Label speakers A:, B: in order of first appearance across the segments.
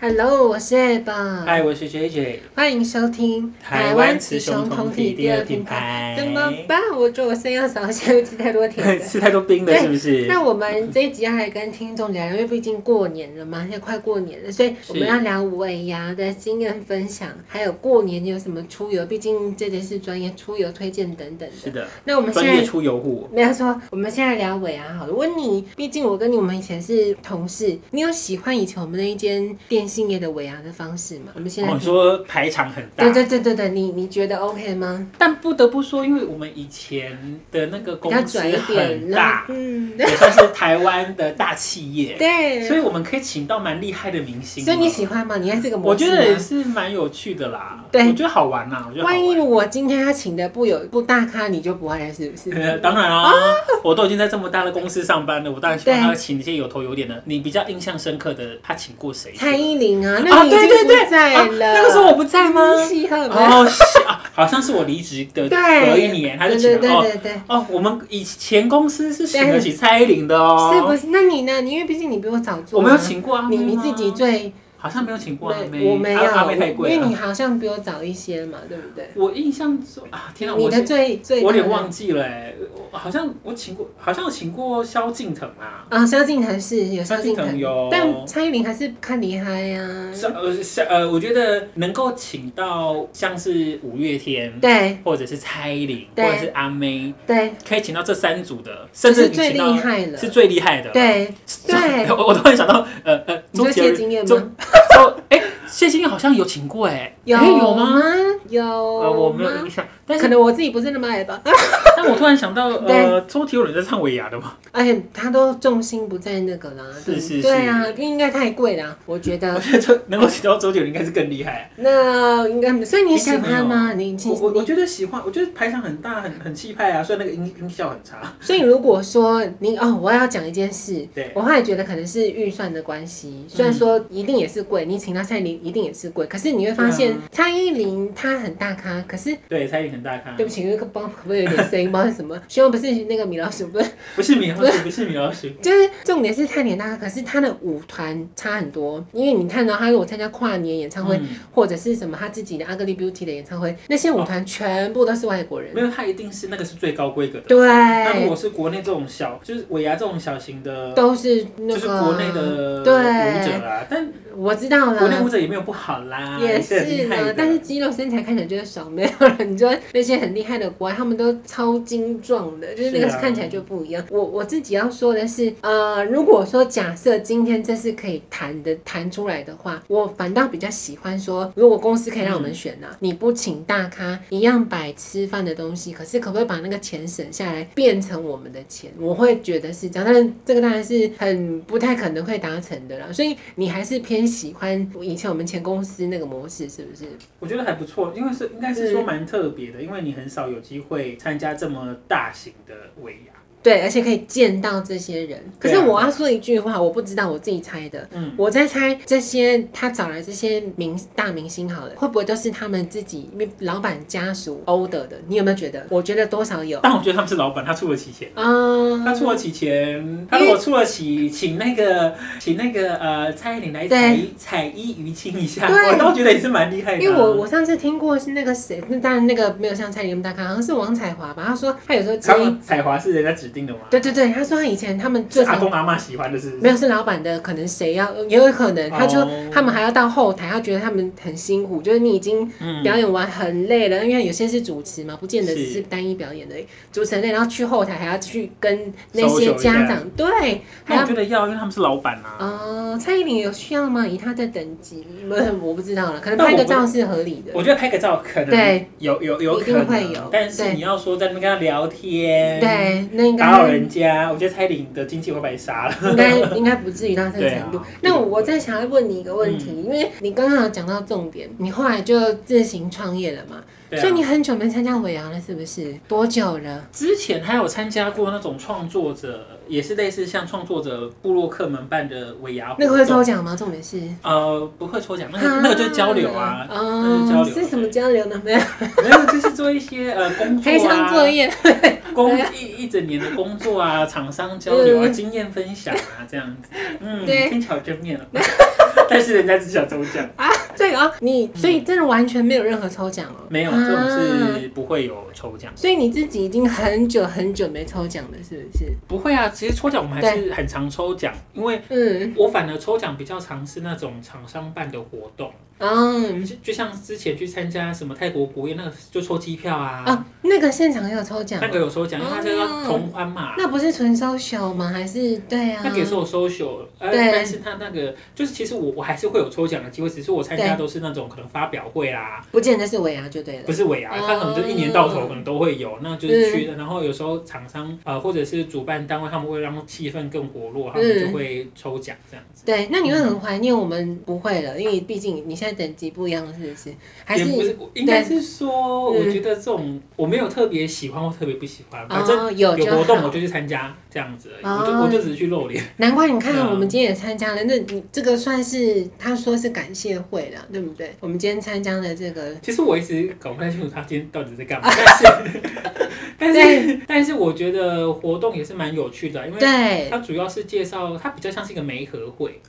A: Hello，我是 Abba，
B: 嗨，我是 JJ。
A: 欢迎收听
B: 台湾雌雄同体第二品牌
A: 怎么办？我觉得我声音要少一些， 吃太多甜的。
B: 吃太多冰 了，是不是？
A: 那我们这一集要来跟听众聊，因为毕竟过年了嘛，现在快过年了，所以我们要聊五啊尾牙的经验分享，还有过年有什么出游，毕竟这些是专业出游推荐等等
B: 是
A: 的。
B: 的，
A: 那我们现
B: 专
A: 在
B: 业出游户。
A: 没有说，我们现在聊尾牙好了。问你，毕竟我跟你我们以前是同事，你有喜欢以前我们那一间电信业的尾牙的方式吗？我们现在、
B: 我说排场很大
A: 对，对对对对，你你觉得 OK 吗？
B: 但不得不说，因为我们以前的那个
A: 比
B: 公
A: 较
B: 司
A: 拽一点，
B: 很
A: 然
B: 大
A: 后，嗯，
B: 也算是台湾的大企业，
A: 对，
B: 所以我们可以请到蛮厉害的明星。
A: 所以你喜欢吗？你爱这个模
B: 我
A: 式
B: 觉
A: 吗？
B: 得也是蛮有趣的啦。
A: 对
B: 我觉得好玩啊啦，我觉得好
A: 万一
B: 玩。
A: 我今天要请的不有不大咖，你就不爱了，是不是？
B: 呃， 当然啊，我都已经在这么大的公司上班了，我当然希望他请一些有头有脸的。你比较印象深刻的，他请过谁？
A: 蔡依林啊，那你已
B: 对
A: 经
B: 对对
A: 不在
B: 啊
A: 了，
B: 那个时候我不在吗
A: 气候吗？
B: 哦，是啊，好像是我离职的
A: 对，
B: 隔一年，他就
A: 对
B: 请
A: 对
B: 了
A: 对
B: 哦
A: 对对。
B: 哦，我们以前公司是请得起蔡依林的哦，
A: 是不是？那你呢？你因为毕竟你比我早做、
B: 我
A: 啊，
B: 没有请过阿妹
A: 你
B: 吗
A: 你自己最
B: 好像没有请过阿妹，
A: 没我没有，
B: 阿阿妹太贵啊
A: 因为你
B: 了。
A: 好像比我早一些嘛，对不对？
B: 我印象中啊，天哪，
A: 你
B: 我
A: 的
B: 是
A: 最最
B: 我有点
A: 大的
B: 忘记了欸，我好像我请过，好像我请过萧敬腾啊，
A: 啊，萧敬腾是有萧敬
B: 萧
A: 腾
B: 敬腾有
A: 但蔡依林还是看厉害啊呀。
B: 萧呃萧呃，我觉得能够请到像是五月天，
A: 对
B: 或者是蔡依林，或
A: 对
B: 者是阿妹，
A: 对，
B: 可以请到这三组的，
A: 这
B: 甚至
A: 是
B: 你
A: 最
B: 请
A: 厉
B: 到
A: 害了
B: 啊是。最厉害的。
A: 对对
B: 我我突然想到，呃呃，
A: 你说
B: 周杰
A: 谢金燕
B: 周
A: 吗？
B: 周哎，谢金燕好像有请过哎，
A: 有
B: 哎有吗？？
A: 有
B: 呃，我没有
A: 吗
B: 印象，但
A: 可
B: 是
A: 能我自己不是那么爱吧。啊
B: 但我突然想 到，呃，周杰伦在唱尾牙的嘛，
A: 而且他都重心不在那个啦。
B: 是
A: 对不
B: 是
A: 对啊，应该太贵啦，我觉得
B: 我。觉得周能够请到周杰伦应该是更厉 害。
A: 那应该，所以你喜欢吗？你
B: 我
A: 请
B: 我我觉得喜欢，我觉得排场很大，很很气派啊，虽然那个音音效很差，
A: 所以如果说你哦，我要讲一件事，
B: 对
A: 我后来觉得可能是预算的关系，虽然说一定也是贵，你请到蔡依林一定也是贵，可是你会发现、
B: 对啊
A: 蔡依林她很大咖，可是
B: 对，蔡依林很大咖
A: 对，不起，那个包可不可以有点声音，不知道是什么，希望不是那个米老鼠，不是，
B: 不是米老鼠，不是米老鼠，
A: 就是重点是她脸大咖，可是她的舞团差很多，因为你看到她如果参加跨年演唱会。
B: 嗯
A: 或者是什么她自己的 Ugly Beauty 的演唱会，那些舞团全部都是外国人。
B: 哦没有，他一定是那个是最高规格的。那如
A: 对，
B: 果是国内这种小，就是尾牙这种小型的，
A: 都是那
B: 就
A: 个
B: 是国内的舞
A: 对
B: 者啦，但
A: 我知道了。
B: 国内舞者也没有不好啦，
A: 嗯也
B: 是很
A: 是
B: 厉害
A: 呢
B: 的，
A: 但是肌肉身材看起来就是爽，没有人。你说那些很厉害的国外，他们都超精壮的，就是那个
B: 是啊
A: 看起来就不一样。我我自己要说的是，呃，如果说假设今天这是可以谈的谈出来的话，我反倒比较喜欢说，如果公司可以让我们选啊，你不请大咖，一样摆吃饭的东西，可是可不可以把那个钱省下来，变成我们的钱？我会觉得是这样，但是这个当然是很不太可能会达成的啦。所以你还是偏喜欢以前我们前公司那个模式，是不是？
B: 我觉得还不错，因为是应该是说蛮特别
A: 嗯
B: 的，因为你很少有机会参加这么大型的尾牙。
A: 对，而且可以见到这些人。可是
B: 对啊
A: 我要说一句话，我不知道我自己猜的。
B: 嗯，
A: 我在猜这些他找来这些明大明星好了，会不会都是他们自己老板家属 order 的？你有没有觉得？我觉得多少有。
B: 但我觉得他们是老板，他出得起钱。
A: 嗯，
B: 他出得起钱，他如果出得起，请那个请那个呃蔡依林来彩衣彩衣娱亲一下，
A: 对
B: 我倒觉得也是蛮厉害的啊。
A: 因为我我上次听过是那个谁，那当然那个没有像蔡依林那么大咖，好像是王彩华吧。他说他有时候接
B: 彩华彩华是人家指定的嘛，
A: 对对对，他说他以前他们
B: 是
A: 最
B: 阿
A: 常
B: 公阿妈喜欢的是不是
A: 没有是老板的，可能谁要也有可能，他说
B: 哦
A: 他们还要到后台，他觉得他们很辛苦，就是你已经
B: 嗯
A: 表演完很累了，因为有些是主持嘛，不见得
B: 是
A: 只是单一表演而已，主持很累，然后去后台还要去跟那
B: 搜
A: 些
B: 索一
A: 家
B: 下
A: 长对，还
B: 那我
A: 要
B: 觉得要，因为他们是老板啊。
A: 哦，蔡依林有需要吗？以她的等级，不是我不知道了，可能
B: 但
A: 拍
B: 我
A: 个
B: 不
A: 照是合理的。
B: 我觉得拍个照可能
A: 对
B: 有有
A: 一
B: 有可
A: 定
B: 能
A: 会有
B: 但是
A: 对
B: 你要说在那边跟他聊天，，
A: 对，那应该
B: 打扰人家，我觉得蔡依林的经济会把你杀 了。
A: 应该应该不至于到这个程度。
B: 对啊嗯
A: 那我再想要问你一个问题，因为你刚刚有讲到重点，你后来就自行创业了嘛，
B: 对啊
A: 所以你很久没参加尾牙了，是不是？多久了？
B: 之前还有参加过那种创作者，也是类似像创作者部落客们办的尾牙活
A: 那个会
B: 动
A: 抽奖吗？重点是
B: 呃不会抽奖，那个那个就是交流 啊，那就是交
A: 哦，
B: 流
A: 是什么交流呢？没有
B: 没有就是做一些呃工作
A: 黑箱作
B: 啊，
A: 业，
B: 工一一整年的工作 啊，厂商交流啊，
A: 嗯
B: 经验分享啊，这样子，嗯，
A: 对
B: 听起来好正面了。 但是人家只想抽奖，
A: 这个哦，你所以真的完全没有任何抽奖哦，
B: 啊没有这种
A: 啊
B: 是不会有抽奖，
A: 所以你自己已经很久很久没抽奖了，是不是？
B: 不会啊。其实抽奖我们还是很常抽奖，因为
A: 嗯，
B: 我反而抽奖比较常是那种厂商办的活动，
A: 哦，
B: 就就像之前去参加什么泰国国宴，那个就抽机票啊，
A: 哦，那个现场也有抽奖啊
B: 那，个有抽奖，因为它这个同欢嘛。
A: 那不是纯收小吗？还是对啊？
B: 那个也是我 social，呃，
A: 对
B: 但是他那个就是，其实我我还是会有抽奖的机会，只是我参加都是那种可能发表会啦，
A: 不见得是尾牙就对了
B: 不。是尾牙，
A: 哦
B: 他可能就一年到头可能都会有，那就是去，然后有时候厂商呃或者是主办单位他们会让气氛更活络，他们
A: 嗯
B: 就会抽奖这样子。
A: 对，那你会很怀念我们不会了，因为毕竟你现在等级不一样，是不是？还
B: 也不
A: 是
B: 是，我应该是说，我
A: 嗯
B: 觉得这种我没有特别喜欢或特别不喜欢，反正
A: 哦，有
B: 有
A: 就
B: 活动我
A: 好。
B: 就去参加这样子而已，
A: 哦
B: 我就我就只是去露脸。
A: 难怪你看
B: 对啊
A: 我们今天也参加了，那你这个算是他说是感谢会了，对不对？我们今天参加的这个，
B: 其实我一直搞不太清楚他今天到底在 干嘛，但是但是但是我觉得活动也是蛮有趣的，因为
A: 对
B: 它主要是介绍，它比较像是一个媒合会，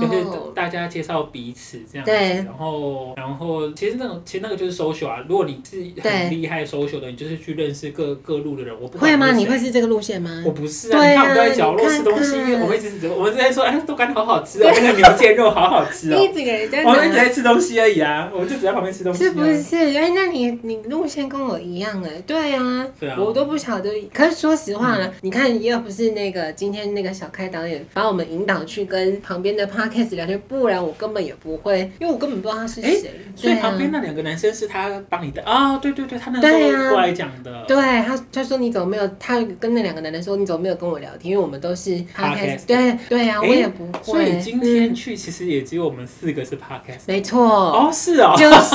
B: 就是
A: 哦，
B: 大家介绍彼此这样子。
A: 对
B: 然后然后其实那种其实那个就是 social 啊，如果你是
A: 对
B: 很厉害 social 的，你就是去认识各各路的人。我不管
A: 会吗？
B: 是
A: 你
B: 谁
A: 会是这个路线吗
B: 我？不是啊，
A: 对啊
B: 你看我们都在角落吃
A: 你看
B: 东西，
A: 看
B: 因为我们一直我们一直在说，哎，豆干好好 吃哦，那个牛腱肉好好吃哦，
A: 一整个人在
B: 我们一直
A: 哪？
B: 在吃东西而已啊，我们就只在旁边吃东西、啊。
A: 是不是？哎，那你你路线跟我一样哎，对啊，
B: 对啊，嗯
A: 我都不晓得。可是说实话呢，你看，要不是那个今天那个小开导演把我们引导去跟旁边的 podcast 聊天，不然我根本也不会，因为我根本不知道他是谁。
B: 所
A: 对
B: 以
A: 啊
B: 旁边那两个男生是他帮你带啊、对对对，他那时
A: 对啊
B: 候过来讲的，
A: 对他，他说你怎么没有？他跟那两个男的说你怎么没有跟我聊天？因为我们都是
B: Podcast
A: podcast，对对啊，
B: 诶
A: 我也不会。
B: 所以今天
A: 嗯
B: 去其实也只有我们四个是 podcast，
A: 没错，
B: 哦 是哦，
A: 就是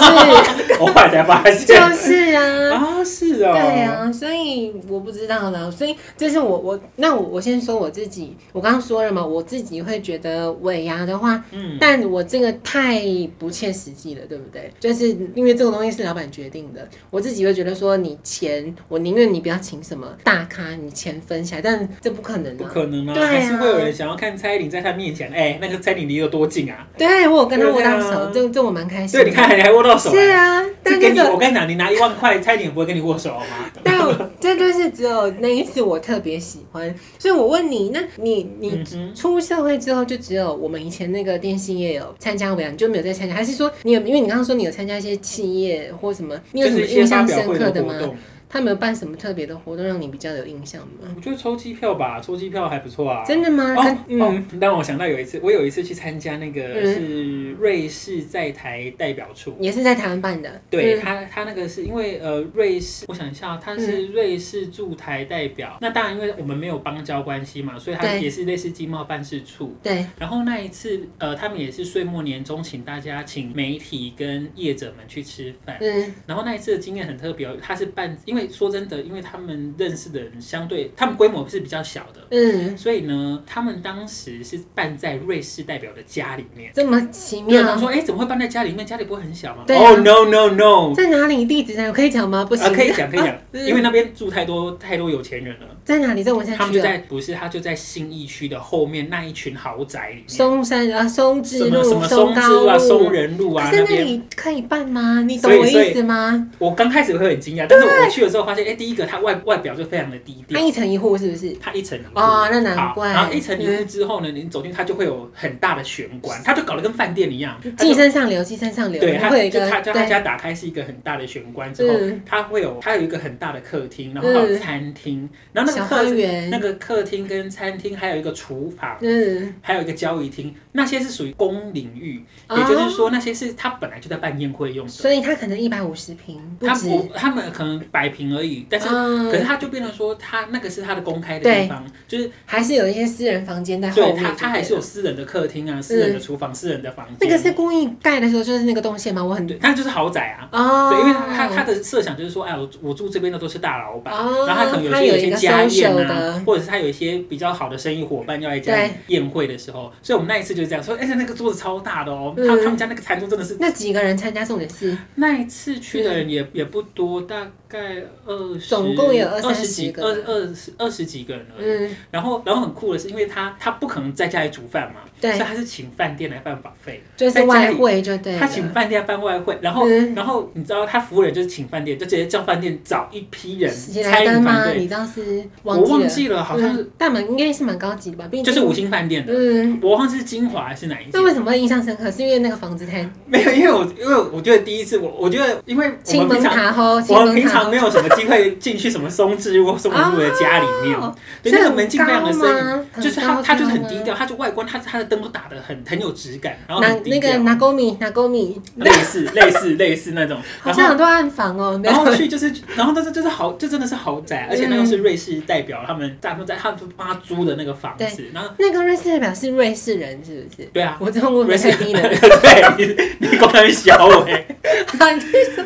B: 我后来才发现，
A: 就是 啊，
B: 啊是哦，
A: 对啊，所以我不知道啦，所以这是我我那我我先说我自己，我刚刚说了嘛，我自己会觉得尾牙的话，
B: 嗯，
A: 但我这个太不切实际了，对不对？就是因为这个东西是老板决定的，我自己会觉得说你钱，我宁愿你不要请什么大咖，你钱分下来，但这不可能
B: 不
A: 啊。
B: 可能啊，
A: 对啊
B: 还是会有人想要看蔡依林在他面前，哎、那个蔡依林离有多近啊？
A: 对我有跟他握到
B: 对
A: 手，
B: 啊
A: 这这我蛮开心
B: 对，
A: 的。
B: 你看还还握到手、哎
A: 是啊，
B: 这
A: 但
B: 给
A: 那
B: 你，
A: 个
B: 我跟你讲，你拿一万块，差一点不会跟你握手好吗？
A: 但我这就是只有那一次我特别喜欢，所以我问你，那你你
B: 嗯哼
A: 出社会之后就只有我们以前那个电信业有参加尾牙，你就没有再参加？还是说你有？因为你刚刚说你有参加一些企业或什么，你有
B: 就
A: 什么
B: 是一些
A: 印
B: 发
A: 象
B: 表
A: 深
B: 会
A: 刻
B: 的
A: 的
B: 活
A: 吗？
B: 动，
A: 他们有办什么特别的活动让你比较有印象吗？
B: 我觉得抽机票吧，抽机票还不错啊。
A: 真的吗？
B: 哦
A: 他，嗯，
B: 嗯，让我想到有一次，我有一次去参加那个
A: 嗯
B: 是瑞士在台代表处，
A: 也是在台湾办的，
B: 对
A: 嗯，
B: 他，他那个是因为呃，瑞士，我想一下，他是瑞士驻台代表。那当然，因为我们没有邦交关系嘛，所以他
A: 对
B: 也是类似经贸办事处。
A: 对，
B: 然后那一次，呃，他们也是岁末年终，请大家请媒体跟业者们去吃饭。
A: 嗯，
B: 然后那一次的经验很特别哦，他是办，因为说真的，因为他们认识的人相对，他们规模是比较小的，
A: 嗯，
B: 所以呢，他们当时是办在瑞士代表的家里面。
A: 这么奇
B: 对，
A: 妙
B: 他们，说，哎、怎么会办在家里面？家里不会很小吗？
A: 啊对啊
B: oh, no no no！
A: 在哪里？地址在哪？可以讲吗？不
B: 啊，
A: 行，
B: 可以讲 可以讲，
A: 嗯
B: 因为那边住太多太多有钱人了，
A: 在哪里？在文山
B: 他们
A: 区
B: 就
A: 啊，
B: 在不是，他就在信义区的后面那一群豪宅里面，
A: 松山啊，松
B: 什
A: 枝
B: 么什
A: 路、
B: 么松
A: 高
B: 枝啊、
A: 路、
B: 松仁路啊
A: 可是
B: 那
A: 那
B: 边。
A: 里可以办吗？你懂
B: 所以
A: 我
B: 所以
A: 意思吗？
B: 我刚开始会很惊讶，但是我
A: 啊
B: 去的时候发现，哎，第一个它外外表就非常的低
A: 它
B: 调。
A: 一层一户是不是？
B: 它一层一户
A: 哎哦那难怪嗯
B: 好然后一层一户之后呢，你走进去它就会有很大的玄关，它就搞得跟饭店一样。它就
A: 寄生上流，寄生上流，
B: 对，
A: 你
B: 它
A: 会有一
B: 就
A: 个
B: 它就它
A: 对
B: 家打开是一个很大的玄关之后
A: 嗯，
B: 它会有它有一个很大的客厅，然后还有
A: 嗯
B: 餐厅，然啊后那
A: 小
B: 个客
A: 花
B: 厅那
A: 园，
B: 个客厅跟餐厅，还有一个厨房，
A: 嗯，
B: 还有一个交易厅，那些是属于公领域，也
A: 哦
B: 就是说那些是他本来就在办宴会用的。
A: 所以它可能一百五十平不
B: 他
A: 止，
B: 不，他们可能摆平而已，但是、可是
A: 嗯，
B: 他就变成说，他那个是他的公开的
A: 对
B: 地方，就是
A: 还是有一些私人房间在后
B: 对
A: 面，
B: 他，他还是有
A: 对
B: 私人的客厅啊，私人的厨房，私人的房间，
A: 嗯那个是故意盖的时候就是那个动线吗？我很
B: 对，但就是豪宅啊。
A: 哦，
B: 对，因为他他他的设想就是说，哎，我我住这边的都是大老板，
A: 哦
B: 然后他可能有
A: 他
B: 些
A: 有
B: 一
A: 一
B: 些
A: 个
B: 家宴
A: social
B: 啊
A: 的，
B: 或者是他有一些比较好的生意伙伴要来家里宴会的时候，所以我们那一次就是这样说，而且那个桌子超大的哦，他
A: 嗯
B: 他们家那个餐桌真的是，
A: 那几个人参加重点是
B: 那一次去的人也也不多，大概二十，
A: 总共有二
B: 二
A: 三
B: 十
A: 十
B: 几
A: 个
B: 二二十二十几个人而已。
A: 嗯，
B: 然后，然后很酷的是，因为他他不可能在家里煮饭嘛，
A: 对
B: 所以他是请饭店来办把费，
A: 就是外汇就对了。
B: 他请饭店办外汇，然后、
A: 嗯
B: 然后你知道他服务人就是请饭店，就直接叫饭店找一批人
A: 喜来
B: 参
A: 登
B: 与
A: 吗
B: 团？队，
A: 你当时
B: 我忘记了，好像是、
A: 嗯、但蛮应该是蛮高级的吧，毕竟
B: 就是五星饭店的，
A: 嗯，
B: 我忘记是金华还是哪一
A: 那
B: 间。
A: 为什么会印象深刻？是因为那个房子太
B: 没有，因为我因为我觉得第一次我我觉得因为我
A: 亲
B: 们
A: 门
B: 平常
A: 塔吼，亲
B: 我们
A: 门
B: 平
A: 塔
B: 常
A: 吼，
B: 没有什么机会进去什么松枝或松本路的家里面，
A: 哦
B: 对
A: 所以
B: 那个
A: 很
B: 门禁非常的
A: 高
B: 森严。
A: 吗很
B: 就是它，
A: 高
B: 它就是很
A: 吗
B: 低调，它就外观，它它的灯都打得很很有质感，然后
A: 拿
B: 很低
A: 那
B: 调
A: 个，拿勾米拿勾米，
B: 类似类似类似那种。
A: 好
B: 然
A: 像
B: 后
A: 很多暗房 哦。
B: 然后
A: 没有
B: 去就是， 然后但是就是豪，这真的是豪宅，而且那个
A: 嗯
B: 是瑞士代表他们大部分在他们帮他租的那个房子，然后
A: 那个瑞士代表是瑞士人是不是？
B: 对啊，
A: 我中文
B: 瑞士
A: 太低了，
B: 对，你你光很小 哎，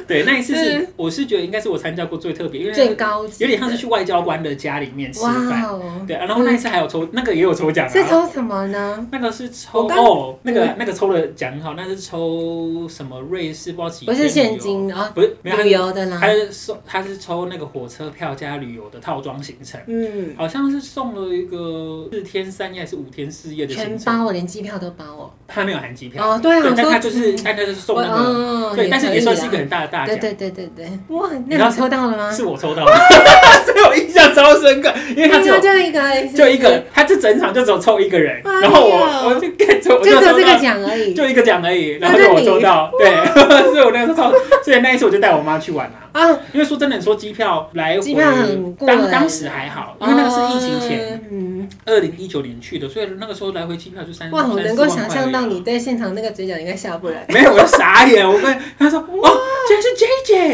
B: 对，那一次是
A: 嗯
B: 我是觉得应该是我参加过最特别，因为
A: 最高级的，
B: 有点像是去外交官的家里面吃
A: 哇
B: 饭，
A: 哦，
B: 对，然后那一次还有抽，那个也有抽奖
A: 是
B: 啊。
A: 抽什么呢？
B: 那个是抽
A: 我刚嗯
B: 哦，那个那个抽的奖很好，那是抽什么瑞士不知道几
A: 不
B: 天
A: 是
B: 旅
A: 现
B: 游，
A: 金哦，
B: 不是没有，
A: 旅游的啦
B: 他，是抽他是抽那个火车票加旅游的套装行程，
A: 嗯，
B: 好像是送了一个四天三夜还是五天四夜的行
A: 全
B: 程，
A: 包，我连机票都包哦。
B: 他没有含机票，
A: 哦，对啊，
B: 对
A: 我，
B: 但
A: 说
B: 他就是但他就是送那个，
A: 哦，
B: 对，但是
A: 可
B: 也
A: 以
B: 算是一个
A: 啦
B: 很大的大
A: 对
B: 奖，
A: 对对对对，哇，
B: 知道
A: 那你抽到了 吗？
B: 是我抽到的， 所以我印象超深刻，因为他只有
A: 对啊就一个，
B: 就一个，他就整场就只有抽一个人，
A: 哎呦
B: 然后我我就跟着我
A: 就只有
B: 抽
A: 这个
B: 到。
A: 奖而已。
B: 就一个奖而已，然
A: 啊
B: 后
A: 那
B: 就我
A: 你
B: 抽 到，对， 所以我那时候超，所以那一次我就带我妈去玩啊，
A: 啊，
B: 因为说真的，你说机票来回
A: 机票很贵
B: 啊当当时还好，因为那个是疫情前，
A: 嗯，
B: 二零一九年去的，所以那个时候来回机票就嗯三
A: 哇，我能够想象到。
B: 三四万块而已
A: 你
B: 啊
A: 在现场那个嘴角应该下不来。
B: 没有，我就傻眼。我跟他说，哦，竟然是 J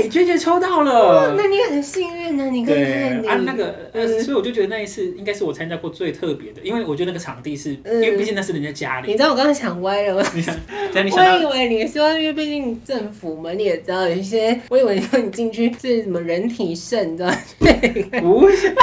B: J J J 抽到
A: 哇，
B: 了。
A: 哦那你也很幸运呢，你可以
B: 呃对
A: 看你
B: 啊，那个，呃，
A: 嗯
B: 所以我就觉得那一次应该是我参加过最特别的，因为我觉得那个场地是，
A: 嗯
B: 因为毕竟那是人家家
A: 你
B: 里。
A: 知道我刚刚想歪了吗？
B: 你想，但你想
A: 我以
B: 到，
A: 为你说，因为毕竟政府嘛，你也知道有一些，我以为说你进去是什么人体肾，你知道吗？
B: 不是，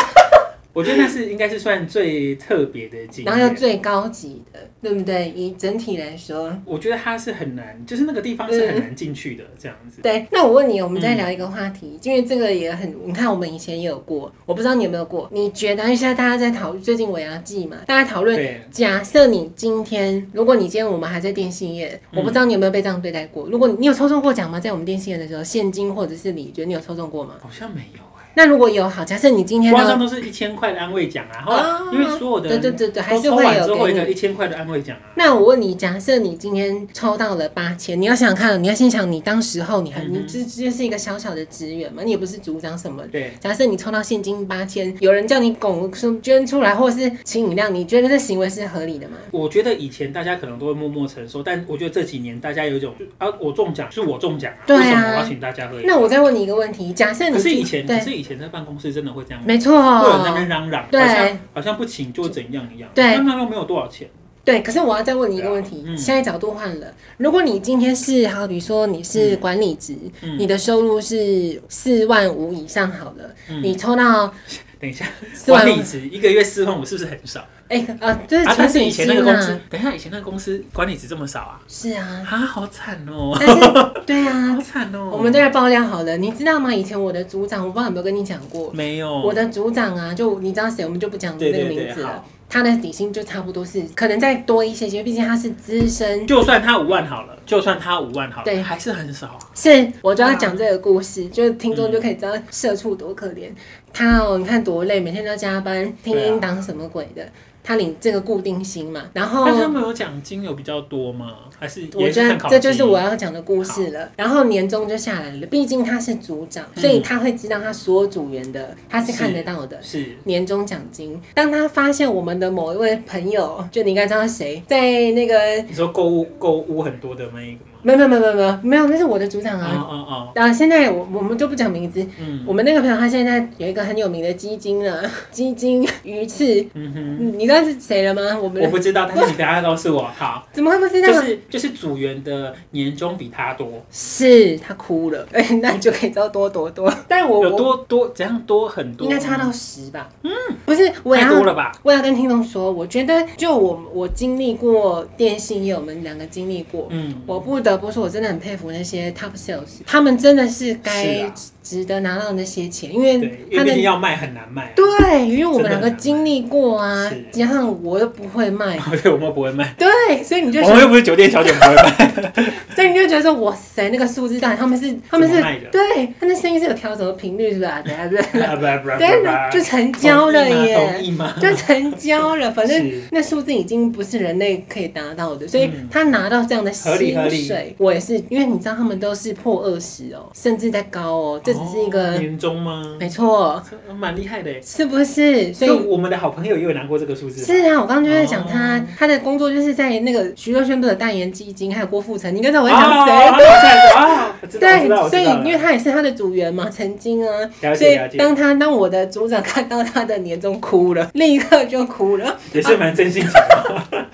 B: 我觉得那是应该是算最特别的经
A: 然后要
B: 验。
A: 最高级的，对不对？以整体来说，
B: 我觉得它是很难，就是那个地方是很难进去的这样子。
A: 对，那我问你，我们再
B: 嗯
A: 聊一个话题，因为这个也很，你看我们以前也有过，我不知道你有没有过。你觉得现在大家在讨论，最近尾牙季嘛，大家讨论。
B: 对，
A: 假设你今天，如果你今天我们还在电信业，
B: 嗯
A: 我不知道你有没有被这样对待过。如果你你有抽中过奖吗？在我们电信业的时候，现金或者是礼券，你有抽中过吗？
B: 好像没有哎。
A: 那如果有，好，假设你今天
B: 官上
A: 呢？
B: 都是一千块的安慰奖啊，后
A: 哦
B: 来因为所有的
A: 对对对对，还
B: 都
A: 是
B: 抽
A: 会
B: 完之后
A: 有
B: 一
A: 给
B: 个一
A: 你。
B: 千块的安慰奖啊。
A: 那我问你，假设你今天抽到了八千，你要想想看，你要心想你当时候你还你
B: 嗯哼
A: 这这是一个小小的职员嘛，你也不是组长什么的。
B: 对，
A: 假设你抽到现金八千，有人叫你拱说捐出来，或者是请饮料，你觉得这行为是合理的吗？
B: 我觉得以前大家可能都会默默承受，但我觉得这几年大家有一种啊，我中奖是我中奖啊，
A: 对啊
B: 为什么我要请大家喝饮料？
A: 那我再问你一个问题，假设你
B: 可是以前，可
A: 对，
B: 是以前在办公室真的会这样，
A: 没错，
B: 会有人在那边嚷嚷，
A: 对
B: 好像好像不请就怎样一样，
A: 对
B: 那那又没有多少钱，
A: 对。可是我要再问你一个问题，
B: 对啊嗯
A: 现在角度换了，如果你今天是好比说你是管理职，
B: 嗯
A: 你的收入是四万五以上好了，
B: 嗯
A: 你抽到
B: 等一下，
A: 四
B: 管
A: 万
B: 理
A: 五，
B: 职一个月四万五是不是很少？
A: 哎、呃，就是
B: 啊，
A: 全
B: 但是
A: 底
B: 以前
A: 薪
B: 那个公
A: 啊
B: 司，，等一下，以前那个公司管理职这么少啊？
A: 是 啊，
B: 啊，好惨哦，
A: 但是对啊
B: 好。惨哦，
A: 我们在这爆料好了，你知道吗？以前我的组长，我不知道有没有跟你讲过，
B: 没有
A: 我的组长啊，就你知道谁，我们就不讲那
B: 哦对
A: 个
B: 对
A: 名字
B: 对，
A: 了。
B: 好。
A: 他的底薪就差不多是，可能再多一些些，毕竟他是资深。
B: 就算他五万好了，就算他五万好了，
A: 对
B: 还是很少啊。
A: 是我就要讲这个故
B: 嗯
A: 事，就是听众就可以知道社畜多可怜。他哦，你看多累，每天都要加班，听音档什么鬼的。他领这个固定薪嘛，然后
B: 但他们有奖金有比较多吗？还是
A: 我
B: 也
A: 觉
B: 是
A: 得
B: 看考
A: 这就是
B: 绩
A: 我要讲的故事了。然后年终就下来了，毕竟他是组长，
B: 嗯
A: 所以他会知道他所有组员的，他是看得到的。
B: 是
A: 年终奖金。当他发现我们的某一位朋友，就你应该知道是谁，在那个
B: 你说购物购物很多的那一个吗？
A: 没有没有没有没有没有没有，那是我的组长
B: 哦
A: 啊。
B: 哦哦，
A: 然后现在我我们就不讲名字，
B: 嗯
A: 我们那个朋友他现在有一个很有名的基金了， 基金鱼翅，
B: 嗯哼，
A: 嗯你知道是谁了吗？我们
B: 我不知道，但是你等一下告诉我。 好，
A: 怎么会不知道？
B: 就是就是组员的年终比他多，
A: 是他哭了， 哎，那你就可以知道多多多。但我
B: 有
A: 我
B: 多多怎样多很多
A: 应
B: 吗，
A: 该差到十吧？嗯，不是，我
B: 太
A: 要
B: 多了吧？
A: 我要跟听众说，我觉得就我我经历过电信业，我们两个经历过，
B: 嗯，
A: 我不得得不说，我真的很佩服那些 top sales，他们真的是
B: 是
A: 该
B: 啊
A: 值得拿到那些钱，因为
B: 对，因
A: 他
B: 为毕竟
A: 们
B: 要卖很难卖、啊。
A: 对，因为我们
B: 真的
A: 两
B: 很
A: 个
B: 难
A: 经历过啊
B: 是，
A: 加上我又不会 卖，
B: 对，我们不会卖，
A: 对，所以你就
B: 我
A: 觉
B: 们
A: 得，
B: 又不是酒店小姐，不 会卖。
A: 所以你就觉得说，哇塞，那个数字到底他们是他们
B: 怎
A: 是
B: 么卖的
A: 对，他那声音是有调整的频率是 吧？等下对不对？
B: 啊不然不然不
A: 对，
B: 然
A: 就成交了耶
B: 同。意吗？同意
A: 就
B: 吗
A: 成交了，反正
B: 是
A: 那数字已经不是人类可以达到的，所以
B: 嗯
A: 他拿到这样的薪
B: 合理合理
A: 水，我也是，因为你知道他们都是破二十哦，甚至在高哦，这只是一
B: 哦
A: 个，
B: 年终吗？
A: 没错，
B: 这蛮厉害的耶。
A: 是不是？所
B: 所
A: 以
B: 以我们的好朋友也有拿过这个数字，
A: 是啊，我刚刚就在讲他，
B: 哦
A: 他的工作就是在那个徐若瑄不是有代言基金，还有郭富城，你跟着我
B: 哦
A: 在讲谁？
B: 哦哦我知道我知道
A: 对，
B: 我
A: 所
B: 知
A: 以
B: 道了
A: 因为他也是他的组员嘛，曾经啊，
B: 了
A: 所以
B: 解了解，
A: 当他当我的组长看到他的年终哭 了，立刻就哭了。
B: 也是蛮真性情的。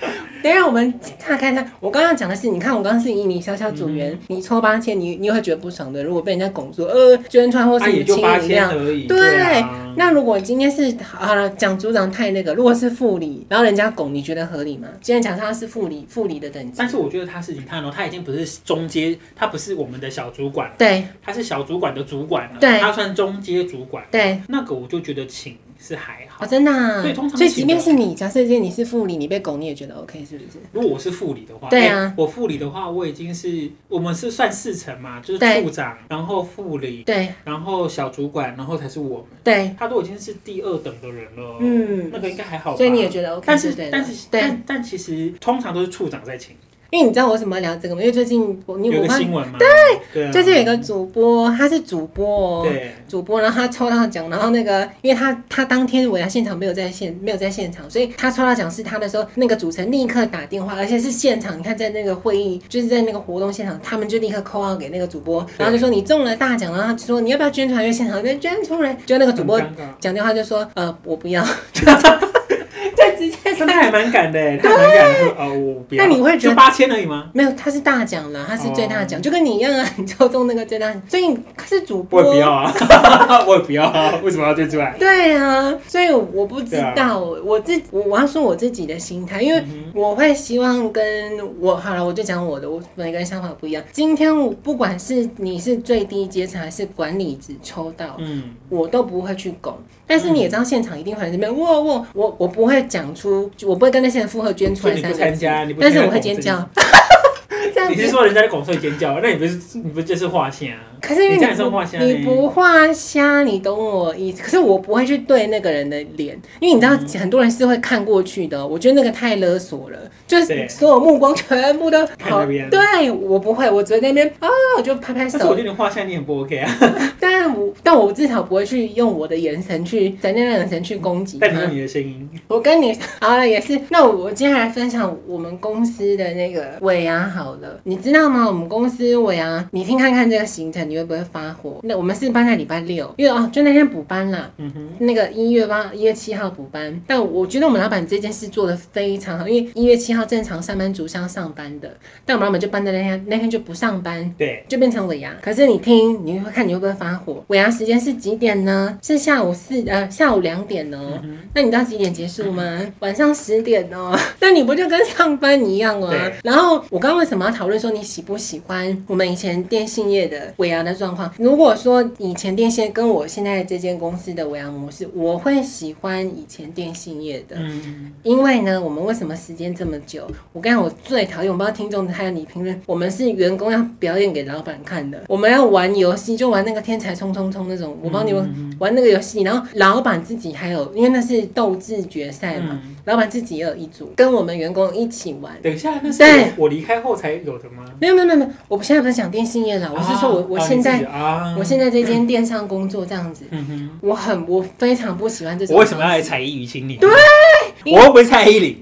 A: 等一下我们看看看，我刚刚讲的是，你看我刚刚是以你小小组员，
B: 嗯
A: 你抽八千，你你会觉得不爽的。如果被人家拱说，呃，捐穿或
B: 他
A: 是
B: 啊也
A: 你
B: 就
A: 清
B: 八
A: 饮
B: 千
A: 料，
B: 而已，
A: 对
B: 啊。
A: 那如果今天是好了，讲组长太那个，如果是副理，然后人家拱，你觉得合理吗？今天假设他是副理，副理的等级，
B: 但是我觉得他是，你看哦，他已经不是中阶，他不是我们的小主管了，
A: 对
B: 他是小主管的主管了，
A: 对
B: 他算中阶主管。
A: 对，
B: 那个我就觉得请是还好
A: 哦，，真的啊、
B: 所以通常
A: 所以
B: 请
A: 即便
B: 的
A: 是你，假设今天你是副理，你被拱，你也觉得 OK 是不是？
B: 如果我是副理的话，
A: 对啊
B: 欸我副理的话，我已经是我们是算四层嘛，就是
A: 对
B: 处长，然后副理，
A: 对
B: 然后小主管，然后才是我们，
A: 对，
B: 他都已经是第二等的人了，
A: 嗯
B: 那个应该还好吧，
A: 所以你也觉得 OK，
B: 但
A: 对
B: 是
A: 的
B: 但是
A: 对
B: 但但其实通常都是处长在请，
A: 因为你知道我为什么要聊这个吗？因为最近我你我
B: 有一个
A: 看
B: 新闻嘛，对对啊，
A: 就是有一个主播，他是主播哦。
B: 对
A: 主播，然后他抽到奖，然后那个，因为他他当天尾牙现场没有在现没有在现场，所以他抽到奖是他的时候，那个主持人立刻打电话，而且是现场，你看在那个会议，就是在那个活动现场，他们就立刻扣号给那个主播，然后就说你中了大奖，然后他就说你要不要捐出来？因为现场在捐出来，就那个主播
B: 很尴尬
A: 讲电话就说呃我不要， 呃就直接
B: 真的还蛮敢的欸，他蛮敢的，哦，我不要，
A: 那你会觉得
B: 就八千而已吗？
A: 没有，他是大奖啦，他是最大奖，就跟你一样啊，你抽中那个最大奖，所以你他是主播，
B: 我也不要啊， 我也不要啊，为什么要捐出来？
A: 对啊，所以我不知
B: 对啊嗯
A: 道、我自我我要说我自己的心态，因为我会希望跟我好了，我就讲我的，我每个人想法不一样。今天我不管是你是最低阶层还是管理职抽到，
B: 嗯，
A: 我都不会去拱。但是你也知道，现场一定会有人这边哇哇，我我不会讲出，我不会跟那些人附和捐出
B: 所以
A: 来
B: 你
A: 三
B: 不
A: 个
B: 参
A: 字，
B: 加，你不
A: 但
B: 参加
A: 是我会
B: 这
A: 尖
B: 种事情
A: 叫。 这样
B: 你是
A: 子。
B: 说人家在拱睡尖叫，啊那你不是你不就是画线啊？
A: 可是因为
B: 你这样也
A: 你
B: 算画
A: 不
B: 虾呢
A: 你不画虾，你懂我意思。可是我不会去对那个人的脸，因为你知道
B: 嗯
A: 很多人是会看过去的哦。我觉得那个太勒索了，就是
B: 对
A: 所有目光全部都
B: 看那边
A: 对我不会，我只会在那边啊，我就拍拍
B: 但是我
A: 手
B: 觉。得你画线你很不 OK 啊，
A: 但我但我至少不会去用我的眼神去，咱那眼神去攻击他。
B: 但你用你的声音，
A: 我跟你 好了也是，那我接下来分享我们公司的那个尾牙好了，你知道吗？我们公司尾牙，你听看看这个行程，你会不会发火？那我们是搬在礼拜六，因为哦，就那天补班啦。
B: 嗯哼，
A: 那个一月八、一月七号补班，但我觉得我们老板这件事做得非常好，因为一月七号正常上班族是要上班的，但我们老板就搬在那天，那天就不上班，
B: 对，
A: 就变成尾牙。可是你听，你会看你会不会发火？尾牙时间是几点呢？是下午四呃下午两点哦。那你知道几点结束吗？晚上十点哦。 那你不就跟上班一样吗
B: 对？
A: 然后我刚刚为什么要讨论说你喜不喜欢我们以前电信业的尾牙的状况？如果说以前电信跟我现在这间公司的尾牙模式，我会喜欢以前电信业的。
B: 嗯，
A: 因为呢，我们为什么时间这么久？我跟你讲，我最讨厌，我不知道听众还有你评论，我们是员工要表演给老板看的，我们要玩游戏，就玩那个天才冲冲冲那种，我
B: 嗯
A: 帮你们玩那个游戏，然后老板自己还有，因为那是斗智决赛嘛，
B: 嗯
A: 老板自己也有一组，跟我们员工一起玩。
B: 等一下，那是
A: 对
B: 我离开后才有的吗？
A: 没有没有没有没有，我现在不是讲电信业了，我是说我、
B: 啊
A: 我
B: 啊
A: 现
B: 你自己
A: 在、
B: 啊，
A: 我现在这间电商工作这样子，
B: 嗯哼，
A: 我很我非常不喜欢这种。
B: 我为什么要来？踩一于清零？对，
A: 因
B: 我又不是蔡依林，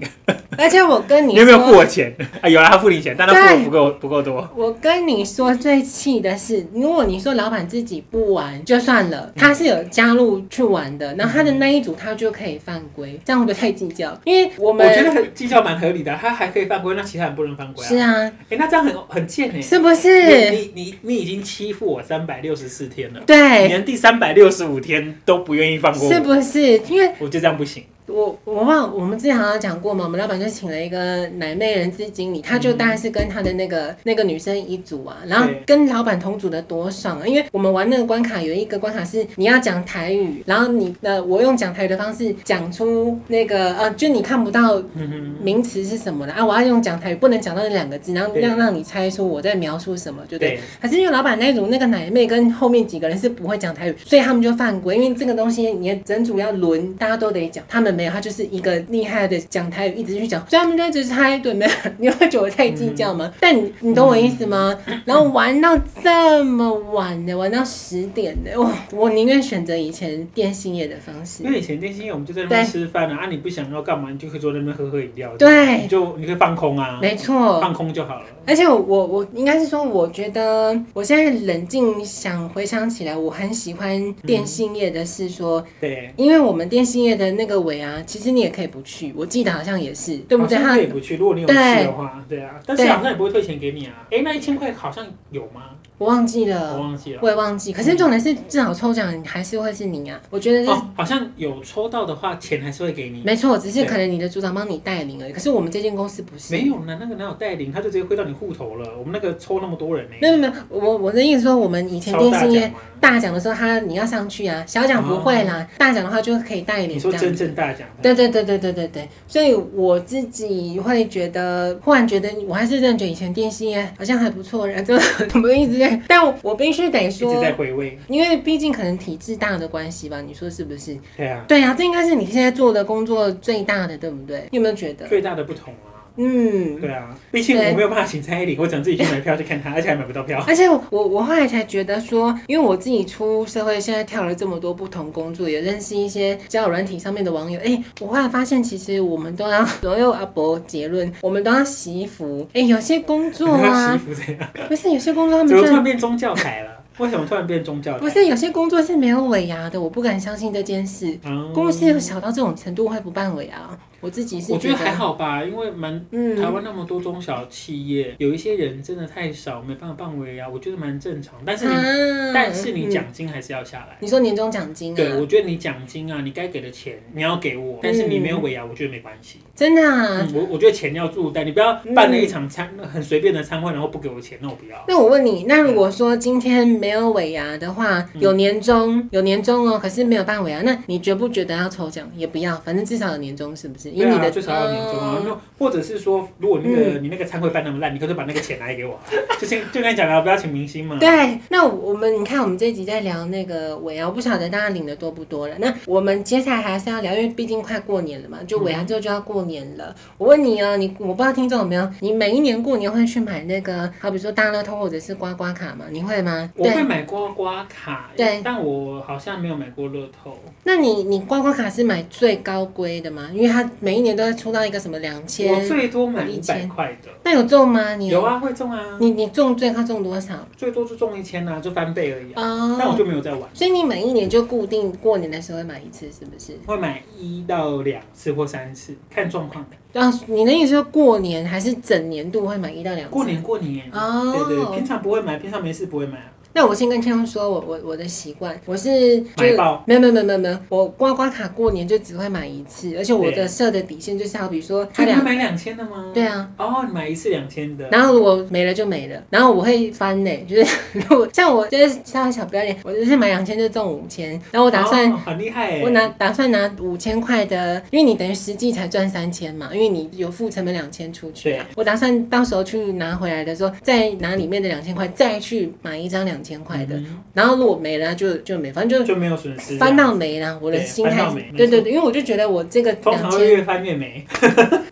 A: 而且我跟你
B: 你有没有
A: 说
B: 付我钱？ 啊，有啊，他付你钱，但他付
A: 对
B: 我不够不够多，
A: 我跟你说，最气的是，如果你说老板自己不玩就算
B: 嗯
A: 了，他是有加入去玩的，然后他的那一组他就可以犯规，这样我就太计较，因为我
B: 我
A: 们
B: 觉得很绩效蛮合理的，他还可以犯规，那其他人不能犯规啊
A: 是。啊，
B: 哎，那这样很很贱哎，
A: 是不是？
B: 你你你已经欺负我三百六十四天了，你
A: 对，
B: 连第三百六十五天都不愿意放过
A: 是
B: 我，
A: 不是？因为
B: 我就这样不行。
A: 我我我忘我们之前好像讲过嘛，我们老板就请了一个奶妹人资经理，他就大概是跟他的那个那个女生一组啊，然后
B: 对
A: 跟老板同组的多爽啊！因为我们玩那个关卡有一个关卡是你要讲台语，然后你呃我用讲台语的方式讲出那个呃就你看不到
B: 嗯哼，
A: 名词是什么的啊，我要用讲台语不能讲到那两个字，然后
B: 对
A: 让让你猜出我在描述什么，对不对？
B: 对，
A: 可是因为老板那一组那个奶妹跟后面几个人是不会讲台语，所以他们就犯规。因为这个东西你的整组要轮，大家都得讲，他们没有，他就是一个厉害的讲台语，一直去讲，所以他们就一直猜，对没有？你会觉得我太计较吗？但你你懂我意思吗？然后玩到这么晚的，玩到十点的，我我宁愿选择以前电信业的方式
B: 因。为以前电信业我们就在那边吃饭啊，啊你不想要干嘛，你就可以坐在那边喝喝饮料，
A: 对哦
B: 你就你可以放空啊，
A: 没错，
B: 放空就好了。
A: 而且我我我应该是说，我觉得我现在冷静想回想起来，我很喜欢电信业的是说，
B: 对，
A: 因为我们电信业的那个尾啊，其实你也可以不去，我记得好像也是，对不对？
B: 好
A: 他
B: 像可以不去，如果你有去的话，对啊，但是
A: 对
B: 好像也不会退钱给你啊。哎，那一千块好像有吗？
A: 我忘记
B: 我
A: 了，
B: 忘记了。
A: 呃我也忘记。可是重点是，至少抽奖还是会是你啊，我觉得是。
B: 哦，好像有抽到的话，钱还是会给你。
A: 没错，只是
B: 对
A: 可能你的组长帮你带领而已。可是我们这间公司不是，
B: 没有呢，那个哪有带领，他就直接汇到你户头了。我们那个抽那么多人呢、
A: 没有没有，我我的意思说，我们以前
B: 超
A: 电
B: 大
A: 信业
B: 奖哦吗？
A: 大奖的时候，他你要上去啊，小奖不会啦，大奖的话就可以带领
B: 你
A: 这
B: 说
A: 样
B: 真
A: 子。
B: 正大奖？
A: 对对对对对对对，所以我自己会觉得，忽然觉得我还是认觉得以前电信业好像还不错，然后我们一直在， 但我必须得
B: 一直
A: 说
B: 在，回味。
A: 因为毕竟可能体制大的关系吧，你说是不是？
B: 对啊，
A: 对啊，这应该是你现在做的工作最大的，对不对？你有没有觉得？
B: 最大的不同啊。
A: 嗯，
B: 对啊，毕竟
A: 对
B: 我没有办法请蔡依林，我只能自己去买票去看 她，而且还买不到票。
A: 而且我我后来才觉得说，因为我自己出社会，现在跳了这么多不同工作，也认识一些交友软体上面的网友。哎、我后来发现，其实我们都要所有阿伯结论，我们都要洗衣服。哎、有些工作
B: 西
A: 啊，
B: 服这样，
A: 不是有些工作他们
B: 怎么突
A: 真
B: 然
A: 的
B: 变宗教台了？为什么突然变宗教台？
A: 不是有些工作是没有尾牙的，我不敢相信这件事。
B: 嗯，
A: 公司有小到这种程度会不办尾牙，我自己是
B: 我觉得还好吧，因为蛮台
A: 嗯，
B: 湾那么多中小企业，有一些人真的太少，没办法办尾牙，我觉得蛮正常。但是你，
A: 啊
B: 但是你、
A: 嗯
B: 奖金还是要下来。
A: 你说年终奖金
B: 嗯对，
A: 啊，
B: 我觉得你奖金啊，你该给的钱你要给我，但是你没有尾牙，我觉得没关系。
A: 真的嗯啊，
B: 嗯，我我觉得钱要注带，你不要办了一场餐很随便的餐会，然后不给我钱，那我不要。
A: 那我问你，那如果说今天没有尾牙的话，
B: 嗯
A: 有年终，有年终哦，可是没有办尾牙，那你觉不觉得要抽奖？也不要，反正至少有年终，是不是？以
B: 对
A: 你
B: 啊，
A: 的嗯
B: 最少要年终啊，
A: 哦
B: 那或者是说，如果那个你那个餐会办那么烂，你可是把那个钱拿给我啊， 就先就跟你讲啊了，不要请明星嘛。
A: 对，那我们你看，我们这一集在聊那个尾牙，我不晓得大家领的多不多了。那我们接下来还是要聊，因为毕竟快过年了嘛，就尾牙之后就要过年了。我问你哦，你我不知道听众有没有，你每一年过年会去买那个，好比说大乐透或者是刮刮卡吗？你会吗？
B: 我会买刮刮卡，
A: 对
B: 但我好像没有买过乐透。
A: 那你你刮刮卡是买最高规的吗？因为它每一年都会出到一个什么两
B: 我
A: 千，
B: 最多买
A: 一
B: 一
A: 千
B: 百块的，
A: 那有中吗？你
B: 有？啊，会中啊，
A: 你你中最高中多少？
B: 最多就中一千啊，就翻倍而已啊。但我
A: 哦，
B: 就没有在玩，
A: 所以你每一年就固定过年的时候会买一次，是不是？
B: 会买一到两次或三次，看状况。
A: 然后哦你的意思说过年还是整年度会买一到两次？
B: 过年过年，
A: 哦
B: 对对，平常不会买，平常没事不会买啊。
A: 那我先跟听众说，我我我的习惯，我是就
B: 买爆
A: 没有没有没有没有没有，我刮刮卡过年就只会买一次，而且我的
B: 对
A: 设的底线就是好比说它
B: 所以你
A: 两
B: 会买两千的吗？
A: 对。啊，
B: 哦，你买一次两千的，
A: 然后如果没了就没了，然后我会翻呢、就是如果像我就是稍微小不要脸，我就是买两千就中五千，然后我打算、
B: 哦很厉害耶。
A: 我拿打算拿五千块的，因为你等于实际才赚三千嘛，因为你有付成本两千出去、啊，我打算到时候去拿回来的时候，再拿里面的两千块再去买一张两千块的，
B: 嗯
A: 然后如果没了就就没，反正就。
B: 就没有损失。
A: 翻到没了，我的
B: 对
A: 心
B: 翻
A: 态
B: 到
A: 是
B: 没没
A: 对对
B: 错
A: 对，因为我就觉得我这个
B: 通常
A: 两
B: 会
A: 千，
B: 越翻越没。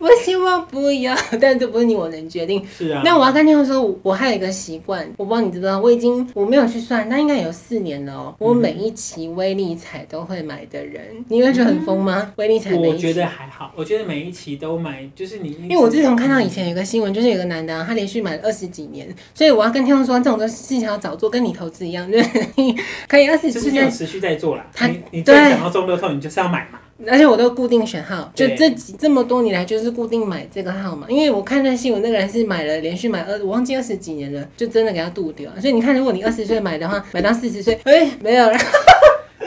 A: 我希望不要， 但这不是你我能决定。
B: 是啊，
A: 那我要跟听众说，我我还有一个习惯，我不知道你知不知道，我已经我没有去算，但应该有四年了
B: 嗯
A: 哦。我每一期威力彩都会买的人，你会觉得很疯吗？威力彩每一
B: 我
A: 期
B: 觉得还好，我觉得每一期都买，就是你因
A: 因为我自从看到以前有个新闻，就是有个男的、啊，他连续买了二十几年，所以我要跟听众说，这种事情要早做，跟你投资一样，就是 你可以二十
B: 就是
A: 几
B: 你有
A: 年，
B: 持续在做啦
A: 他，
B: 你你
A: 对
B: 真的想要中乐透，你就是要买嘛。
A: 而且我都固定选号，就
B: 对
A: 这几这么多年来就是固定买这个号码，因为我看那新闻，那个人是买了连续买二，我忘记二十几年了，就真的给他度掉。所以你看，如果你二十岁买的话，买到四十岁，哎、没有了。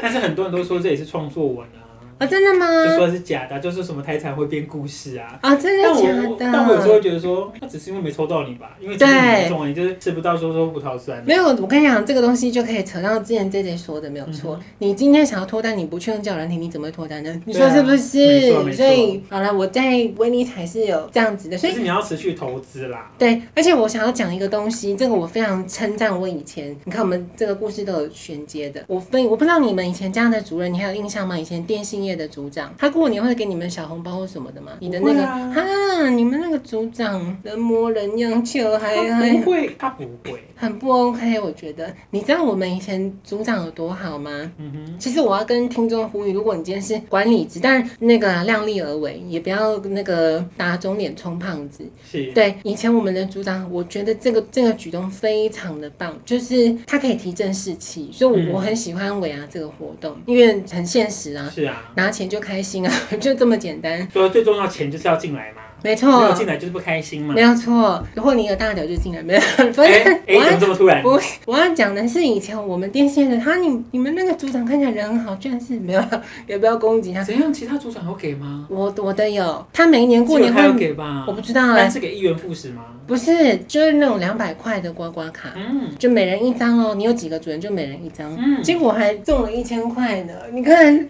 B: 但是很多人都说这也是创作文啊，啊，
A: 哦，真的
B: 就
A: 吗？
B: 说是假的啊，就是什么台产会变故事啊。
A: 啊，真
B: 但
A: 的
B: 我
A: 假
B: 但我有时
A: 的？
B: 候会觉得说，那只是因为没抽到你吧，因为其实你没
A: 对
B: 中啊，你就是吃不到说说葡萄酸。
A: 没有，我跟你讲，这个东西就可以扯到之前 J J 说的，没有错。
B: 嗯
A: 你今天想要脱单，你不确认叫人体，你怎么会脱单呢？你说是不
B: 啊没错没
A: 是？
B: 错
A: 所以好了，我在威尼才是有这样子的，所
B: 就
A: 以
B: 是你要持续投资啦。
A: 对，而且我想要讲一个东西，这个我非常称赞我以前，你看我们这个故事都有衔接的。我分我不知道你们以前家的主任，你还有印象吗？以前电信业的组长，他过年会给你们小红包或什么的吗？你的那个
B: 不会啊
A: 哈，你们那个组长人模人样，就 还
B: 他
A: 还
B: 不会，他不会。
A: 很不 OK，我觉得。你知道我们以前组长有多好吗？
B: 嗯哼，
A: 其实我要跟听众呼吁，如果你今天是管理职，但那个啊量力而为，也不要那个打肿脸充胖子。
B: 是。
A: 对，以前我们的组长，我觉得这个这个举动非常的棒，就是他可以提振士气，所以我、
B: 嗯
A: 我很喜欢尾牙这个活动，因为很现实啊，
B: 是啊，
A: 拿钱就开心啊， 就这么简单，
B: 所以最重要钱就是要进来嘛，
A: 没
B: 没有
A: 错，
B: 进来就是不开心嘛
A: 哦没。有错。如果你有大屌就进来，没有， 不
B: 哎
A: 是，
B: 哎，
A: 我
B: 怎么
A: 要。
B: 这么突然？
A: 不是，我要讲的是以前我们电线的他，你你们那个组长看起来人很好，居然是没有， 也不要攻击他。
B: 怎样？其他组长有给吗？
A: 我我的有，他每一年过
B: 只有
A: 年
B: 他有
A: 会，
B: 给吧？
A: 我不知道哎、
B: 但是给议员副食吗？
A: 不是，就是那种两百块的刮刮卡。
B: 嗯
A: 就每人一张哦，你有几个主人就每人一张，
B: 嗯，
A: 结果还中了一千块呢。你看，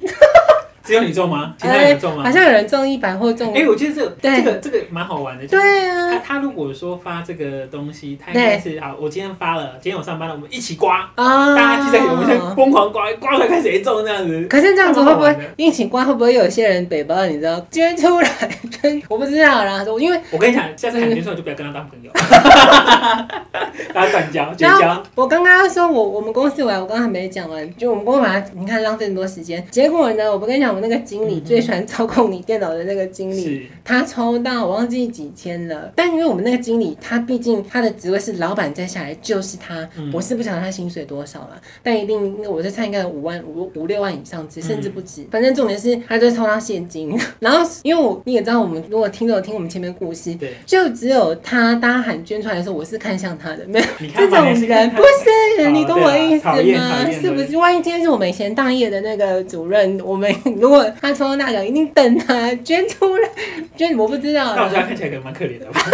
B: 只有你中吗？其他人有中吗
A: 哎好？像有人中一百或中，
B: 哎，我哎觉得这个
A: 对
B: 这个这个蛮好玩的。就是
A: 对
B: 他
A: 啊，
B: 他如果说发这个东西，他应该是啊，我今天发了，今天我上班了，我们一起刮，
A: 啊、
B: 大家记在我们先疯狂刮，刮出来看谁哎中这样子。
A: 可是这样子
B: 蛮
A: 会
B: 好
A: 不
B: 玩的
A: 会一起刮？会不会有些人北包？你知道捐出来？捐我不知道啦，我因为
B: 我跟你讲，下次喊的时候就不要跟他当朋友，大家断交绝
A: 然
B: 交。
A: 后我刚刚说我我们公司玩，我刚刚还没讲完，就我们公司玩，你看浪费很多时间。结果呢，我不跟你讲，我那个经理
B: 嗯哼
A: 最喜欢 操控你电脑的那个经理，
B: 是，
A: 他抽到我忘记几千了，但因为我们那个经理，他毕竟他的职位是老板再下来就是他，
B: 嗯
A: 我是不晓得他薪水多少了，但一定我在猜应该有五万五五六万以上之，甚至不止。反正重点是他就抽到现金， 然后因为我你也知道，我们如果听着听我们前面故事，
B: 对，
A: 就只有他大家喊捐出来的时候，我是看向他的，没有
B: 你
A: 这
B: 看吧，
A: 种
B: 你还是
A: 人
B: 看
A: 不
B: 他
A: 是，
B: 哦
A: 你懂我意思
B: 对啊讨
A: 吗？
B: 厌讨厌
A: 是不是？万一今天是我们以前大业的那个主任，我们如果他抽到大奖，一定等他捐出来，捐我不知道
B: 那我现在
A: 啦。
B: 看起来可能蛮可怜的吧。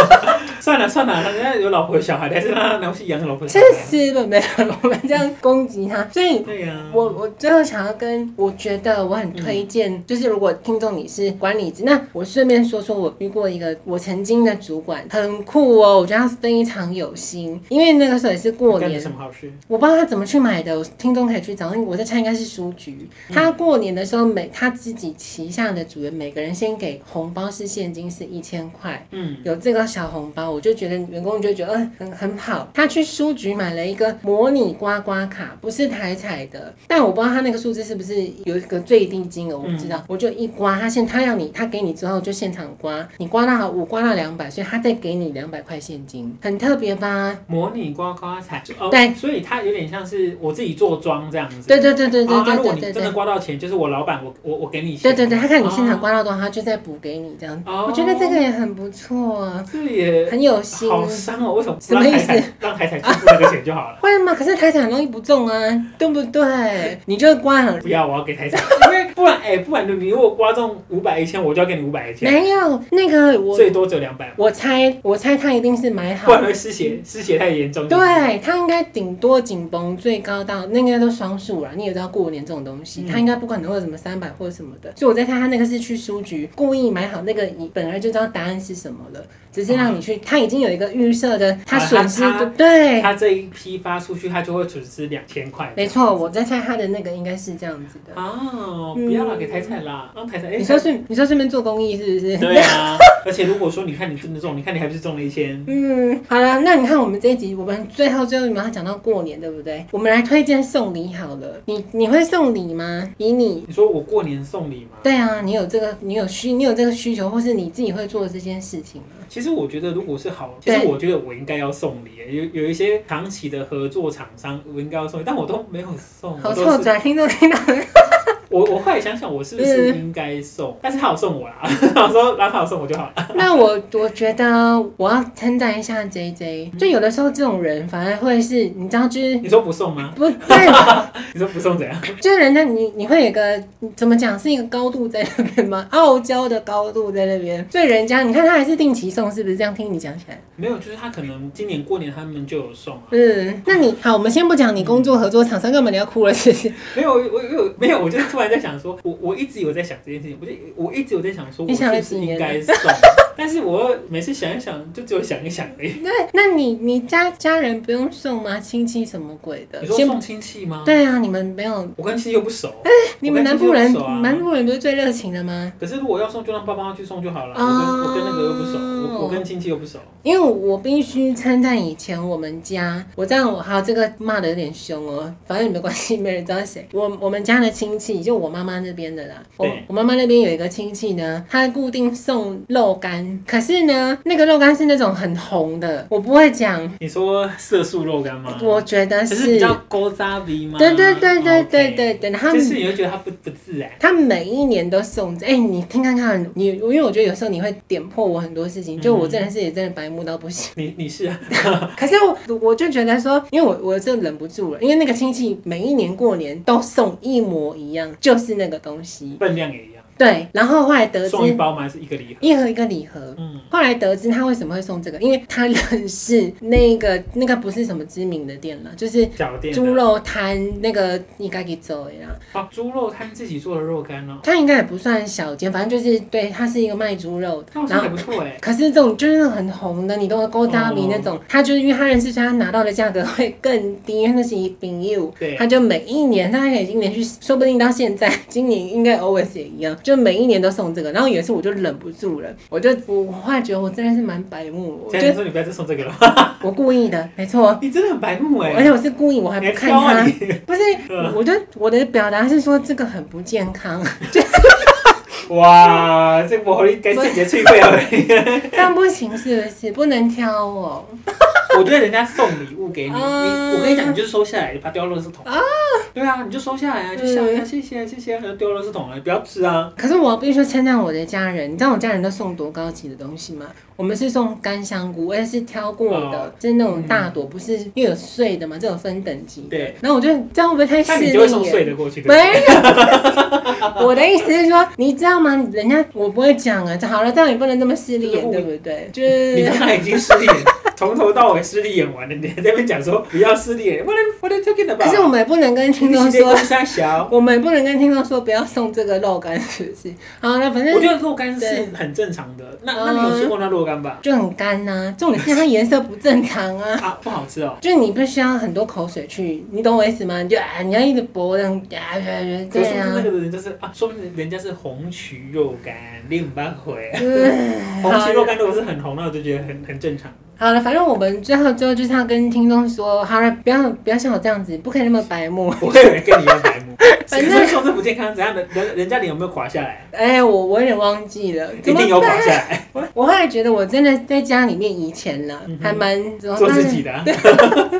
B: 算了算了，人家有老婆有小孩，但是让他拿去养老婆小
A: 确
B: 孩。
A: 实的，没有我们这样攻击他，所以。
B: 对啊呀、
A: 我我最后想要跟，我觉得我很推荐，就是如果听众你是管理职，那我顺便说说，我遇过一个我曾经的主管，很酷哦，我觉得他非常有心，因为那个时候也是过
B: 干
A: 年
B: 了，什么好事？
A: 我不知道他怎么去买的，听众可以去找。因为我在猜应该是书局。
B: 嗯
A: 他过年的时候每他自己旗下的主人每个人先给红包是现金是一千块，
B: 嗯，
A: 有这个小红包，我就觉得员工就觉得嗯很很好。他去书局买了一个模拟刮刮卡，不是台彩的，但我不知道他那个数字是不是有一个最低金额，我不知道。
B: 嗯
A: 我就一刮，他现他要你他给你之后就现场刮，你刮到我刮到两百，所以他再给你两百块现金，很特别吧？
B: 模拟刮刮彩，哦
A: 对
B: 所以它有点像是我自己做庄这样子。
A: 对对对对对
B: 啊，
A: 对
B: 如果你
A: 对对
B: 真
A: 对
B: 的。刮到钱，就是我老板，我我我给你钱。啊
A: 对对对，他看你现场
B: 刮，
A: 刮到多少，他就再补给你这样。
B: 哦
A: 我觉得这个也很不错啊，
B: 这也
A: 很有心。
B: 好伤哦。为什么
A: 什
B: 不
A: 么
B: 让
A: 意
B: 台
A: 思
B: 彩让台彩支付那个钱就好了？
A: 会吗？可是台彩很容易不中啊，对不对？你就刮很
B: 不要，我要给台彩， 因为不然哎、不然你如果刮中五百一千，我就要给你五百一千，
A: 没有那个我
B: 最多只有两百，
A: 我猜我猜他一定是买好
B: 不，然会失血，失血太严重。
A: 对他应该顶多紧绷最高到那应该都双数了。你也知道过年这种东西，
B: 嗯
A: 他应该不可能会有什么三百或者什么的。所以我在猜他那个是去书局故意买好那个，你本来就知道答案是什么了，只是让你去，他已经有一个预设的，他
B: 哦啊
A: 损失
B: 他他
A: 对。
B: 他这一批发出去，他就会损失两千块。
A: 没错，我在猜他的那个应该是这样子的。
B: 哦，不要啦，给台彩啦，让台彩。哎
A: 你说顺，你说顺便做公益是不是？
B: 对啊，而且如果说你看你真的中，你看你还不是中了一千？
A: 嗯，好了，那你看我们这一集，我们最后最后你们要讲到过年，对不对？我们来推荐送礼好了。你你会送礼吗？以你
B: 你说我过年送礼吗？
A: 对啊，你有这个，你有需，你有这个需求，或是你自己会做这件事情吗？
B: 其实我觉得，如果是好，其
A: 对
B: 实我觉得我应该要送礼耶。有有一些长期的合作厂商，我应该要送礼，但我都没有送。
A: 好
B: 我都
A: 臭
B: 是
A: 拽，听众听到
B: 我我后来想想，我是不是
A: 嗯
B: 应该送？但是他有送我啦， 我说让他有送我就好了。
A: 那我我觉得我要称赞一下 J J，就有的时候这种人反而会是，你知道，就是
B: 你说不送吗？
A: 不对，
B: 你说不送怎样？
A: 就是人家你你会有个怎么讲是一个高度在那边吗？傲娇的高度在那边，所以人家你看他还是定期送，是不是？这样听你讲起来，
B: 没有，就是他可能今年过年他们就有送啊。
A: 嗯，那你好，我们先不讲你工作合作厂商，干嘛你要哭了？是不是？
B: 没有，我我有没有？我就是突然在想说，我我一直有在想这件事情，我就我一直有在想说，我
A: 你
B: 是
A: 想了
B: 不
A: 几
B: 是
A: 年
B: 应该送？但是我每次想一想，就只有想一想而已。
A: 对，那你你家家人不用送吗？亲戚什么鬼的？
B: 你说
A: 先
B: 送亲戚吗？
A: 对哎啊，你们没有，
B: 我跟亲戚又不熟，
A: 你们南部人，
B: 我跟亲戚又不熟啊
A: 南部人不是最热情的吗？
B: 可是如果要送，就让爸妈去送就好了。我
A: 哦
B: 跟我跟那个又不熟，我我跟亲戚又不熟。
A: 因为我必须称赞以前我们家，我这样我好这个骂的有点凶哦，反正没关系，没人知道谁。我我们家的亲戚就我妈妈那边的啦，我
B: 对
A: 我妈妈那边有一个亲戚呢，他固定送肉干，可是呢那个肉干是那种很红的，我不会讲，
B: 你说色素肉干吗？
A: 我觉得
B: 嗯只是比较勾渣鼻吗？哦
A: 对对对对对
B: OK
A: 对对，他
B: 就
A: 们
B: 是你会觉得它不不自然。
A: 他每一年都送，哎、你听看看，你因为我觉得有时候你会点破我很多事情，就我
B: 嗯
A: 真的是也真的白目到不行。
B: 你你是啊，
A: 可是我我就觉得说，因为我我真的忍不住了，因为那个亲戚每一年过年都送一模一样，就是那个东西。
B: 分量也一样，
A: 对，然后后来得知
B: 送一包吗？还是一个礼盒？
A: 一盒一个礼盒。
B: 嗯，
A: 后来得知他为什么会送这个，因为他认识那个那个不是什么知名的店了，就是
B: 小店的
A: 猪肉摊那个应该给走呀。
B: 哦，猪肉摊自己做的肉干哦，
A: 它应该也不算小间，反正就是对，它是一个卖猪肉的
B: 那，我觉
A: 然后
B: 得还。不错哎。
A: 可是这种就是那种很红的，你懂我勾扎米那种，
B: 哦
A: 他就是因为他认识，所以他拿到的价格会更低，因为那是一饼柚
B: 对，
A: 他就每一年，大概已经连续，说不定到现在，今年应该 always 也一样，就每一年都送这个。然后有一次我就忍不住了，我就我后来觉得我真的是蛮白目，我
B: 现
A: 觉
B: 在
A: 得
B: 说你不要再送这个了，
A: 我故意的，没错，
B: 你真的很白目
A: 而
B: 哎。
A: 且我是故意，我还
B: 你
A: 不
B: 还
A: 看
B: 挑啊
A: 他，
B: 你？
A: 不是，我就我的表达是说这个很不健康。
B: 哇，这我和你该自己的脆配了。
A: 这样不行是不是？不能挑哦。
B: 我觉得人家送礼物给你，你
A: 嗯
B: 我跟你讲，你就收下来，把它丢到垃圾桶。啊，对啊，你就收下来啊，就笑
A: 嗯
B: 一下，谢谢谢谢，然后丢到垃圾桶了，不要吃啊。
A: 可是我必须称赞我的家人，你知道我家人都送多高级的东西吗？我们是送干香菇，而且是挑过的，
B: 哦
A: 就是那种大朵，不是因为有碎的嘛，这种分等级。
B: 对。
A: 然后我就这样会不会太
B: 那
A: 势
B: 你就会送
A: 利
B: 碎
A: 耶？
B: 的过去。对不
A: 没
B: 对
A: 有，我的意思是说，你知道吗？人家我不会讲啊，好了，这样也不能这么势利眼，
B: 就是
A: 对
B: 物
A: 不对？就
B: 你
A: 是
B: 刚才已经失利眼，从头到尾失利眼完了，你还在那边讲说不要失利眼，我来我来 talking about。
A: 可是我们也不能跟听众
B: 你是在
A: 说
B: 公，山小。
A: 我们也不能跟听众说不要送这个肉干，是不是？好，那反正
B: 我觉得肉干
A: 对嗯
B: 是很正常的，那那你有吃过那肉干吧？
A: 就很干呐、重点是它颜色不正常啊。
B: 啊，不好吃哦。
A: 就是你必须要很多口水去，你懂我意思吗？你就啊，你要一直搏这样，啊，
B: 可是
A: 对
B: 那
A: 啊，
B: 个人就是啊，说不定人家是红曲肉干，你不要回。
A: 嗯，
B: 红
A: 好
B: 曲肉干如果是很红，那我就觉得很很正常。
A: 好了，反正我们最后最后就是要跟听众说，好了，不要不要像我这样子，不可以那么白目。
B: 我会有人跟你一样白目，
A: 反
B: 反
A: 正
B: 正说这不健康，怎样的人人家脸有没有垮下来？
A: 哎、我我有点忘记了，
B: 一
A: 怎么
B: 定有垮
A: 办？
B: 下来，
A: 我后来觉得我真的在家里面以前呢，
B: 嗯哼
A: 还蛮怎么
B: 做自
A: 办
B: 己的啊。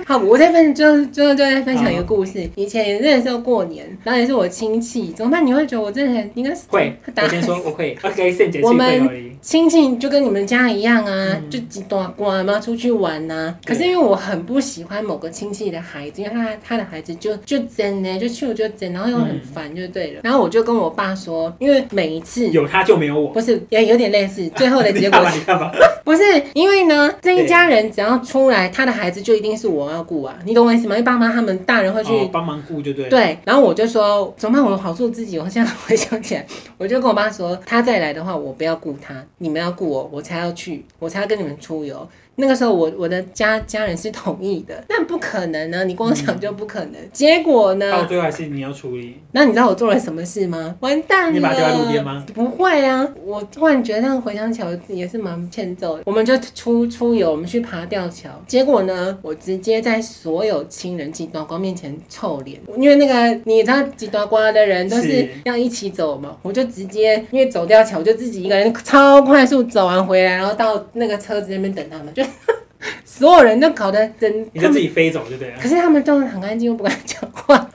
A: 好，我再分最后最后就再分享一
B: 嗯
A: 个故事。以前那时候过年，然后也是我亲戚，怎么办？你会觉得我真的很应该是
B: 会，
A: 他打
B: 我先说我会，OK，圣洁
A: 我
B: 是
A: 们
B: 会而已。
A: 亲戚就跟你们家一样啊，
B: 嗯
A: 就几大瓜嘛，出去玩呐、可
B: 对
A: 是因为我很不喜欢某个亲戚的孩子，因为他他的孩子就就真呢，就去我就真，然后又很
B: 嗯
A: 烦就对了。然后我就跟我爸说，因为每一次
B: 有他就没有我。
A: 不是也有点类似，最后的
B: 你
A: 结
B: 干
A: 果
B: 嘛？
A: 是
B: 你干嘛？
A: 不是因为呢？这一家人只要出来，他的孩子就一定是我要顾啊，你懂我意思吗？因为爸妈他们大人会去
B: 哦，帮忙顾就对了。
A: 对，啊然后我就说怎么办？我好做自己。我现在回想起来，我就跟我爸说，他再来的话，我不要顾他，你们要顾我，我才要去，我才要跟你们出游。那个时候我，我的家家人是同意的，那不可能呢，你光想
B: 嗯
A: 就不可能。结果
B: 到
A: 呢？
B: 最后还是你要处理。
A: 那你知道我做了什么事吗？完蛋了！
B: 你把它丢在路边吗？
A: 不会啊，我突然觉得这样回想起来，我也是蛮欠揍的。我们就出出游，我们去爬吊桥，结果呢，我直接在所有亲人极端瓜面前臭脸，因为那个你知道极端瓜的人都是
B: 是
A: 要一起走嘛，我就直接因为走吊桥，我就自己一个人超快速走完回来，然后到那个车子那边等他们，就 所有人都搞得真
B: 你就自己飞走就对了。
A: 可是他们都很安静，又不敢讲话。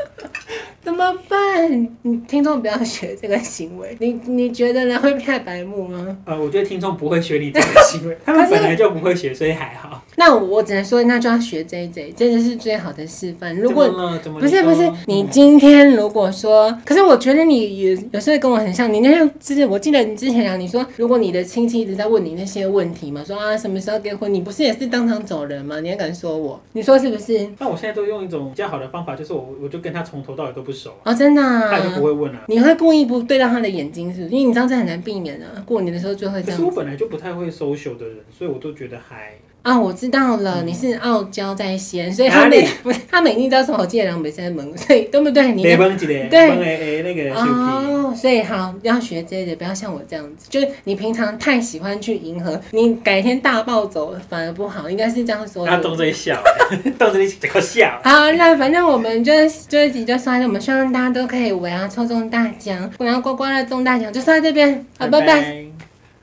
A: 怎么办？你听众不要学这个行为，你你觉得呢？会太白目吗？
B: 呃，我觉得听众不会学你这个 行为，他们本来就不会学，所以还好。
A: 那我只能说，那就要学 J J，这就是最好的示范。如果
B: 怎么了怎么
A: 不是
B: 了
A: 不是，
B: 嗯
A: 你今天如果说，可是我觉得你有有时候跟我很像，你那样就是我记得你之前啊讲，你说如果你的亲戚一直在问你那些问题嘛，说啊什么时候结婚，你不是也是当场走人吗？你还敢说我？你说是不是？
B: 但我现在都用一种比较好的方法，就是我我就跟他从头到尾都不熟，
A: 哦，真的、
B: 他就
A: 啊
B: 不。会问啊。
A: 你会故意不对到他的眼睛，是不是？因为你知道这很难避免啊。过年的时候就会这
B: 可
A: 样
B: 是我本来就不太会 social 的人，所以我都觉得还
A: 啊，我知道了，你是傲娇在先，所以他
B: 嗯哪里
A: 每 不是他每天都从我借两本在门，所以对不对？你
B: 没蹦几的，
A: 对
B: 蹦诶诶那个 CP，
A: 哦，所以好要学这个，不要像我这样子，就是你平常太喜欢去迎合，你改天大暴走反而不好，应该是这样说
B: 他
A: 的。
B: 动这一笑， 动这一搞笑。
A: 好，那反正我们这这一集就算了，我们希望大家都可以围啊抽中大奖，然后刮刮乐中大奖，就算到这边，好，拜拜。
B: 拜。